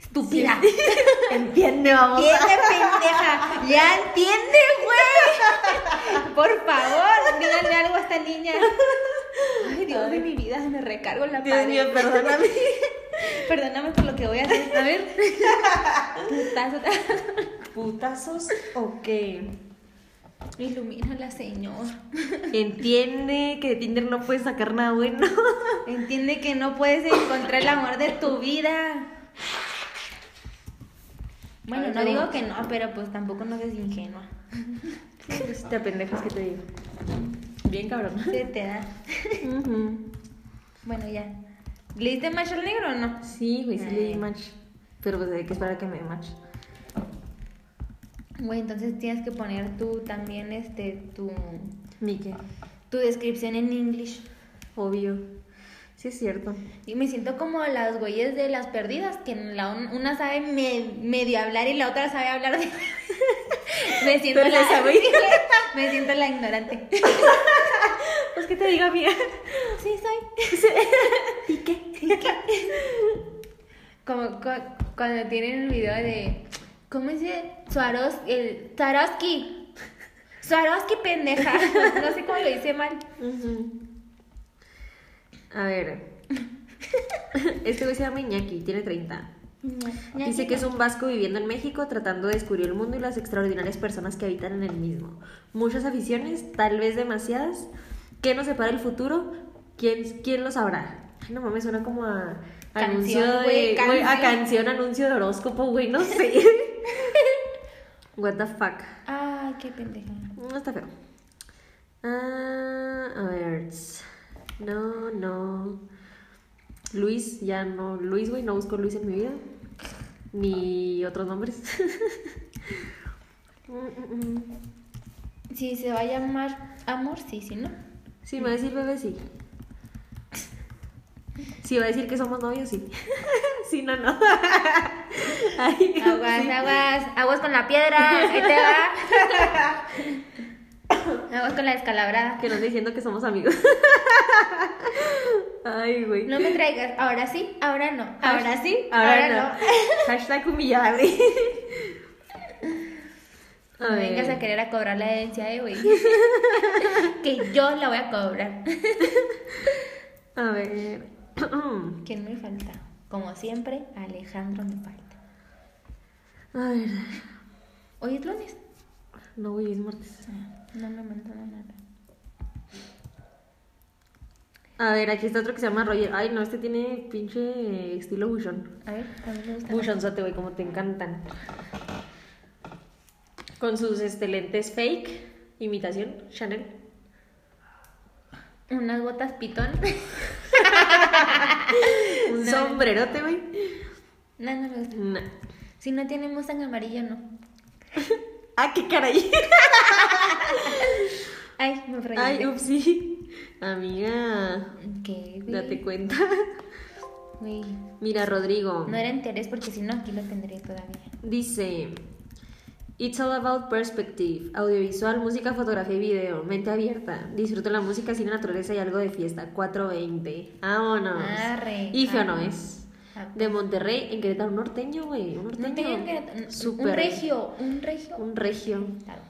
Estúpida.
Entiende, vamos.
Entiende, pendeja. Ya entiende, güey. Por favor, díganle algo a esta niña. Ay, Dios de mi vida, me recargo en la
Dios
pared.
mío, perdóname.
Perdóname por lo que voy a hacer. A ver. Putazo.
¿Putazos o qué?
Ilumina la señor.
Entiende que de Tinder no puedes sacar nada <laughs> bueno.
Entiende que no puedes encontrar el amor de tu vida. Bueno, no digo que no, pero pues tampoco no seas ingenua.
Te apendejas que te digo. Bien cabrón.
Se te da.
<laughs>
Bueno, ya. ¿Le diste match al negro o no?
Sí, güey, sí le di
Eh.
match. Pero pues hay que esperar a que me dé match.
Güey, entonces tienes que poner tú también este tu
Mike,
tu descripción en inglés.
obvio. Sí es cierto.
Y me siento como las güeyes de las perdidas, que la un- una sabe me- medio hablar y la otra sabe hablar de... <laughs> me siento
Pero
la
esa güey.
<laughs> me siento la
<laughs>
ignorante.
Pues que te digo, amiga.
Sí soy. <laughs>
¿Y qué?
Como cu- cuando tienen el video de. ¿Cómo dice? Suaros, el Swarovski. Swarovski, pendeja. No sé cómo lo hice mal.
A ver. <laughs> Este güey se llama Iñaki, tiene 30. Dice que es un vasco viviendo en México tratando de descubrir el mundo y las extraordinarias personas que habitan en el mismo. Muchas aficiones, tal vez demasiadas. ¿Qué nos separa el futuro? ¿Quién, quién lo sabrá? Ay, no mames, suena como a anuncio
Canción,
de...
güey,
güey, a
canción.
canción, anuncio de horóscopo, güey, no sé.
<laughs>
What the fuck.
Ay, qué pendeja.
No está feo. Ah, a ver. No, no. Luis, ya no. Luis, güey, no busco Luis en mi vida. Ni otros nombres. <laughs> Mm, mm, mm.
Si se va a llamar amor, sí, sí, ¿no?
sí, me va a decir bebé, sí. Sí, va a decir que somos novios, sí. <laughs> sí, no, no. <laughs> Ay,
<laughs> Aguas,
sí.
aguas, aguas con la piedra. Ahí te <laughs> va. Aguas con la descalabrada.
Que nos diciendo que somos amigos. <laughs> Ay, güey.
No me traigas. Ahora sí, ahora no. Ahora sí,
Ahora, no. <laughs> Hashtag humillada, <laughs> güey.
No
A
me vengas
ver.
a querer a cobrar la herencia, eh, <laughs> güey. que yo la voy a cobrar.
A ver. <clears throat>
¿Quién me falta? Como siempre, Alejandro me falta.
A ver.
Hoy es lunes.
No, güey, es martes.
Ah, No me mandaron nada.
A ver, aquí está otro que se llama Roger. Ay, no, este tiene pinche estilo buchón.
A ver, a mí me gusta.
Buchonzote, güey, como te encantan. Con sus este, lentes fake, imitación, Chanel.
Unas botas <laughs> pitón.
Un <laughs>
No.
sombrerote, güey.
no, no me gusta.
No.
Si no tienen mustang amarillo, no.
Ah, qué caray.
Ay, me fregué.
Ay, upsí. Amiga,
¿Qué, güey?
date cuenta. <laughs>
Güey,
Mira, Rodrigo.
No era interés porque si no, aquí lo tendría todavía.
Dice, It's all about perspective, audiovisual, música, fotografía y video, mente abierta, disfruto la música, cine, naturaleza y algo de fiesta, 420. Vámonos.
Arre.
y feo no
Arre.
es. de Monterrey en Querétaro, un norteño, güey, un norteño.
Ah, No tenía que-
Súper.
Un regio, un regio.
Un regio.
Claro.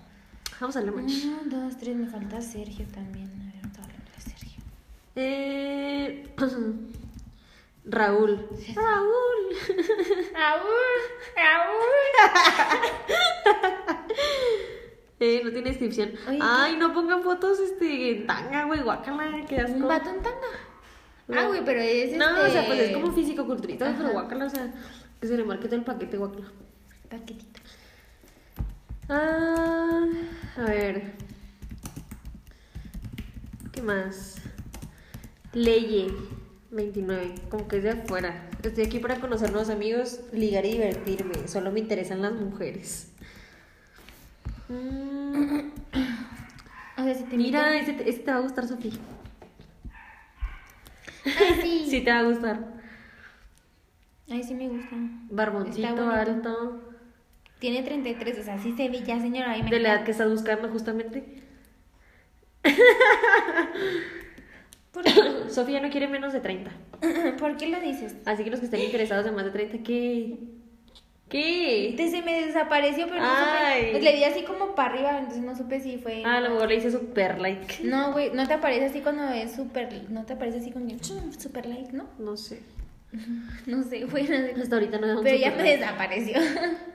Vamos a la match.
Uno, dos, tres, me falta Sergio también. A ver, vamos a hablar de Sergio.
Eh,
<laughs>
<clears throat> Raúl. Raúl. <laughs>
Raúl, Raúl.
Eh, no tiene descripción.
Oye,
Ay, no pongan fotos este, en tanga, güey, guacala, qué asco.
Un vato en tanga. Ah, güey, pero es este...
No, o sea, pues es como físico culturista, pero
Ajá.
guacala, o sea, que se le marque todo el paquete guacala.
Paquetito.
Ah, a ver. ¿Qué más? Leye 29, como que es de afuera. Estoy aquí para conocer nuevos amigos, ligar y divertirme. Solo me interesan las mujeres. Mm,
O sea, si te
mira,
invitan-
este, <coughs> te- este te va a gustar, Sofía.
Ay, Ah, sí.
Sí, te va a gustar.
Ay, sí me gusta. Está
Barboncito,
bonito.
alto.
Tiene 33, o sea, sí se ve ya, señora. Ahí me
De la edad
encanta.
que estás buscando, justamente.
¿Por qué?
Sofía no quiere menos de 30.
<clears throat> ¿Por qué lo dices?
Así que los que estén interesados de más de 30, ¿qué? ¿Qué?
Entonces se me desapareció, pero no
Ay.
supe. Pues le di así como para arriba, entonces no supe si fue.
Ah, a lo mejor le hice super like.
No, güey, no te aparece así cuando es super. No te aparece así con <clears throat> super like, ¿no?
No sé.
No sé, güey. no sé.
Hasta ahorita no es un
Pero ya me
super <laughs>
desapareció.
like.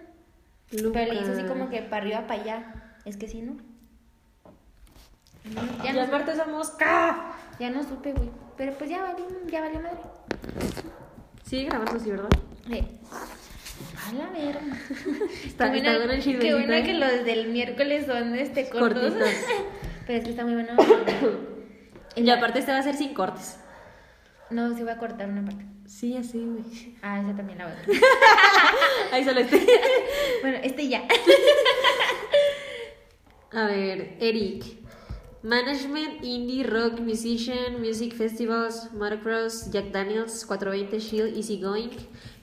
Pero le hice así
Luca.
como que para arriba, para allá. Es que sí, ¿no?
Ya,
Ya
es
no,
Marta esa mosca.
ya no supe, güey. Pero pues ya valió, ya valió madre.
Sigue grabando, sí, ¿verdad?
Eh, A la verga.
<laughs> Está,
Qué
está
buena-
bueno el
Qué
chismecito.
bueno
¿eh?
que los del miércoles son este cortos.
Cortitos.
<laughs> Pero es que está muy
<coughs>
bueno.
Y aparte este va a ser sin cortes.
No, sí voy a cortar una parte.
Sí, así, güey.
Ah, esa también la
<laughs>
voy a cortar.
Ahí solo este.
Bueno, este ya.
A ver, Eric. Management, Indie, Rock, Musician, Music Festivals, Motocross, Jack Daniels, 420, Shield, Easy Going,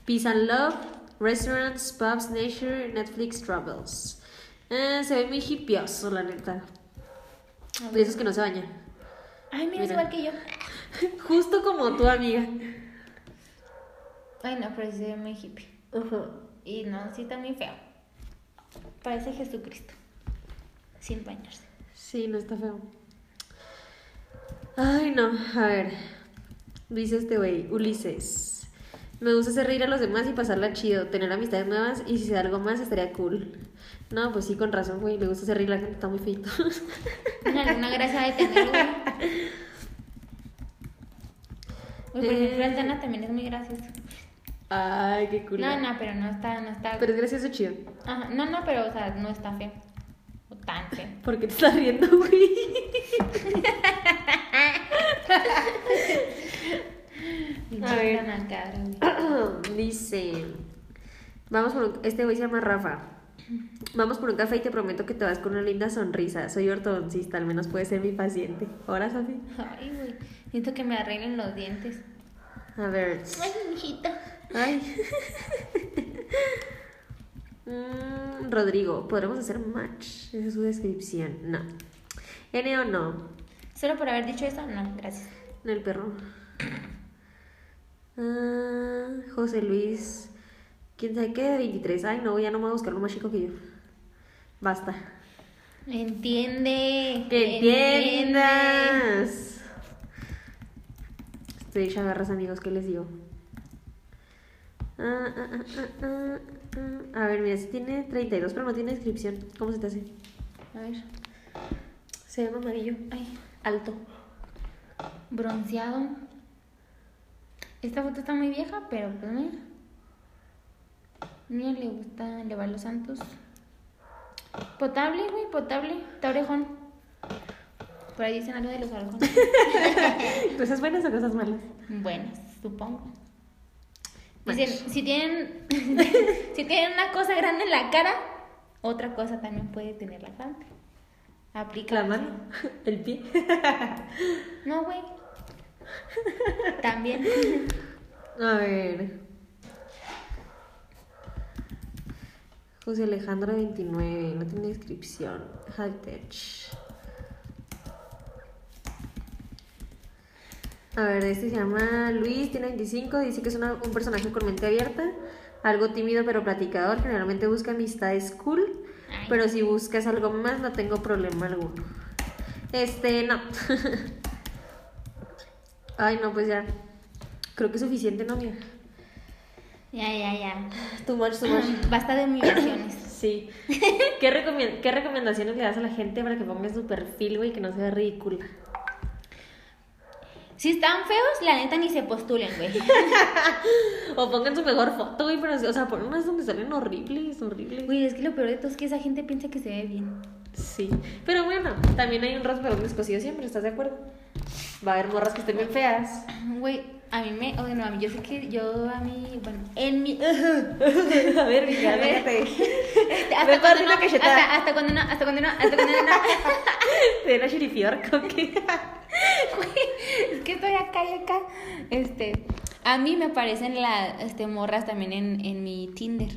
Peace and Love, Restaurants, Pubs, Nature, Netflix, Travels. Eh, se ve muy hippioso, la neta. De esos que no se bañan. <laughs>
Ay, mira, es
Mira.
igual que yo.
Justo como tu amiga.
Ay, no, pero sí se ve muy hippie. Y no, sí está muy feo. Parece Jesucristo. Sin bañarse.
Sí, no está feo. Ay, no, a ver. Dice este güey, Ulises. Me gusta hacer reír a los demás y pasarla chido, tener amistades nuevas y si se da algo más estaría cool. No, pues sí, con razón, güey. Le gusta hacer reír a la gente, está muy feito.
Alguna gracia de tener, güey.
<laughs>
Uy, por ejemplo,
Eh.
el Dana también es muy gracioso.
<laughs> Ay, qué cool.
No, no, pero no está, no está.
Pero es gracioso chido.
Ajá, no, no, pero, o sea, no está feo. O tan
<laughs>
feo.
¿Por qué te estás riendo, güey? A
Tan
ver.
acá, güey.
<clears throat> Dice, vamos por un- este güey se llama Rafa. Vamos por un café y te prometo que te vas con una linda sonrisa. Soy ortodoncista, al menos puedes ser mi paciente. Hola, Sofi.
Ay, güey. Siento que me arreglen los dientes.
A ver.
Ay, mijito.
Ay. <laughs> Mm, Rodrigo, ¿podremos hacer match? Esa es su descripción. No. N o no.
Solo por haber dicho eso, no, gracias.
En el perro. Ah, José Luis. ¿Quién sabe qué? De 23. Ay, no, ya no me voy a buscar uno más chico que yo. Basta.
Entiende.
¡Que entiendas! Estoy hecha garras, amigos, ¿qué les digo? Ah, ah, ah, ah, ah, ah. A ver, mira, si tiene 32, pero no tiene descripción. ¿Cómo se te hace?
A ver.
Se llama amarillo.
Ay,
Alto.
bronceado. Esta foto está muy vieja, pero pues mira. Mira, le gusta, le va a los santos. Potable, güey, potable. Está orejón. Por ahí dicen algo de los orejones.
<laughs> ¿Cosas buenas o cosas malas?
Buenas, supongo.
Bueno.
Dicen, Pues si tienen, <laughs> si tienen una cosa grande en la cara, otra cosa también puede tener la grande. Aplica.
La mano. El pie.
No, güey. También.
A ver. José Alejandro 29, no tiene descripción. High tech. A ver, este se llama Luis, tiene 25, dice que es una- un personaje con mente abierta, algo tímido pero platicador, generalmente busca amistades cool,
Ay.
pero si buscas algo más no tengo problema alguno. Este, no. <laughs> Ay, no, pues ya. Creo que es suficiente, ¿no, mía?
Ya, ya, ya.
Too much, too much.
Basta de humillaciones.
<laughs> Sí. ¿Qué, recomien- ¿Qué recomendaciones le das a la gente para que ponga su perfil, güey, que no sea ridícula?
Si están feos, la neta ni se postulen, <laughs> güey.
O pongan su mejor foto, güey, pero, o sea, ponen unas donde salen horribles, horribles.
Güey, es que lo peor de todo es que esa gente piensa que se ve bien.
Sí, pero bueno, también hay un raspadón descosido siempre, ¿estás de acuerdo? Va a haber morras que estén bien feas.
Güey, a mí me. Bueno, a mí, yo sé que yo a mí. Bueno, en mi. <laughs>
<laughs> a ver, mija, <laughs>
A ver.
déjate.
Hasta
Me
cuando,
parte
no,
una cachetada.
hasta, hasta cuando no, hasta cuando no, hasta cuando no. <laughs>
Te den la chiripiorca, ¿o qué?
Güey, es que estoy acá y acá. Este. A mí me aparecen las este, morras también en, en mi Tinder.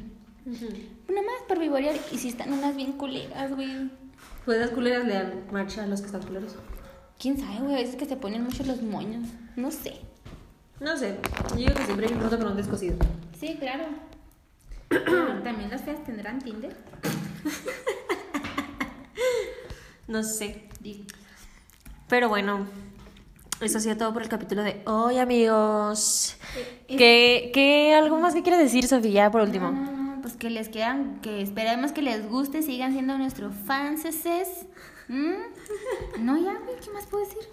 Nomás por vivorear. Y si están unas bien culeras, güey.
Pues las culeras le dan marcha a los que están culeros.
¿Quién sabe, güey? Es que se ponen mucho los moños. No sé.
No sé, yo digo que siempre hay un roto con un descosido.
Sí, claro. <coughs> También las feas tendrán Tinder.
No sé. Pero bueno, eso ha sido todo por el capítulo de hoy, amigos. ¿Qué, qué, algo más que quieres decir, Sofía, por
No,
último?
no, no, pues que les quedan, que esperemos que les guste, sigan siendo nuestros fanses. ¿Mm? No, ya, güey, ¿qué más puedo decir?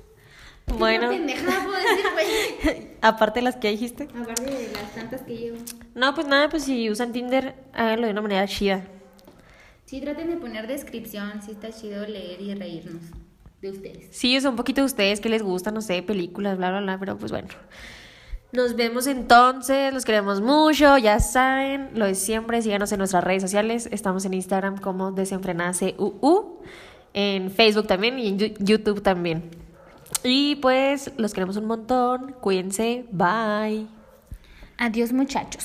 ¿Qué
Bueno,
otra pendejada puedo decir, güey.
<laughs> aparte de las que ya dijiste.
Aparte de las tantas que llevo.
No, pues nada, pues si usan Tinder, háganlo de una manera chida.
Sí, traten de poner descripción, sí está chido leer y reírnos de ustedes.
Sí, o sea, un poquito de ustedes que les gusta, no sé, películas, bla, bla, bla, pero pues bueno. Nos vemos entonces, los queremos mucho, ya saben, lo de siempre, síganos en nuestras redes sociales, estamos en Instagram como desenfrenadacuu, en Facebook también y en Yu- YouTube también. Y pues los queremos un montón, cuídense, bye.
Adiós, muchachos.